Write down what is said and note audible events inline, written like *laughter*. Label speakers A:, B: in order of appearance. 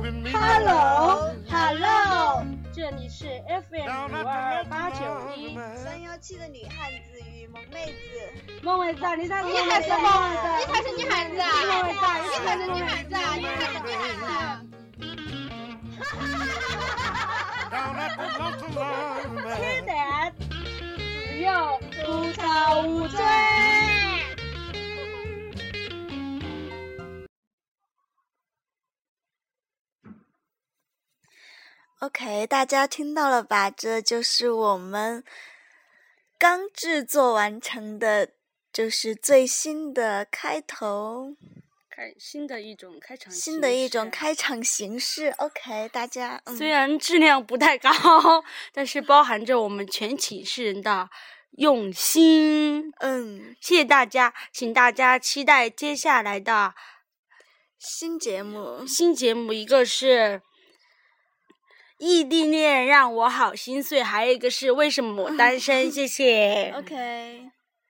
A: Hello Hello，这里是 FM 五二八九一，
B: 三幺七的女汉子与萌妹子，
A: 孟伟在，你在
C: 女
A: 孟伟
C: 汉子
A: 在，
C: 吗
A: 孟伟在，
C: 你才是女汉子啊
A: 孟伟在，
C: 你才是女汉子啊！你才是女汉子！
D: Down at the local army.
A: 吃点，只要无草无罪。
B: OK，大家听到了吧？这就是我们刚制作完成的，就是最新的开头，
E: 开新的一种开场，
B: 新的一种。开场形式。OK，大家，
E: 虽
B: 嗯，
E: 然质量不太高， *laughs* 但是包含着我们全寝室人的用心。
B: 嗯，
E: 谢谢大家，请大家期待接下来的
B: 新节目，
E: 新节目，一个是异地恋让我好心碎，还有一个是为什么我单身。谢谢。
B: OK，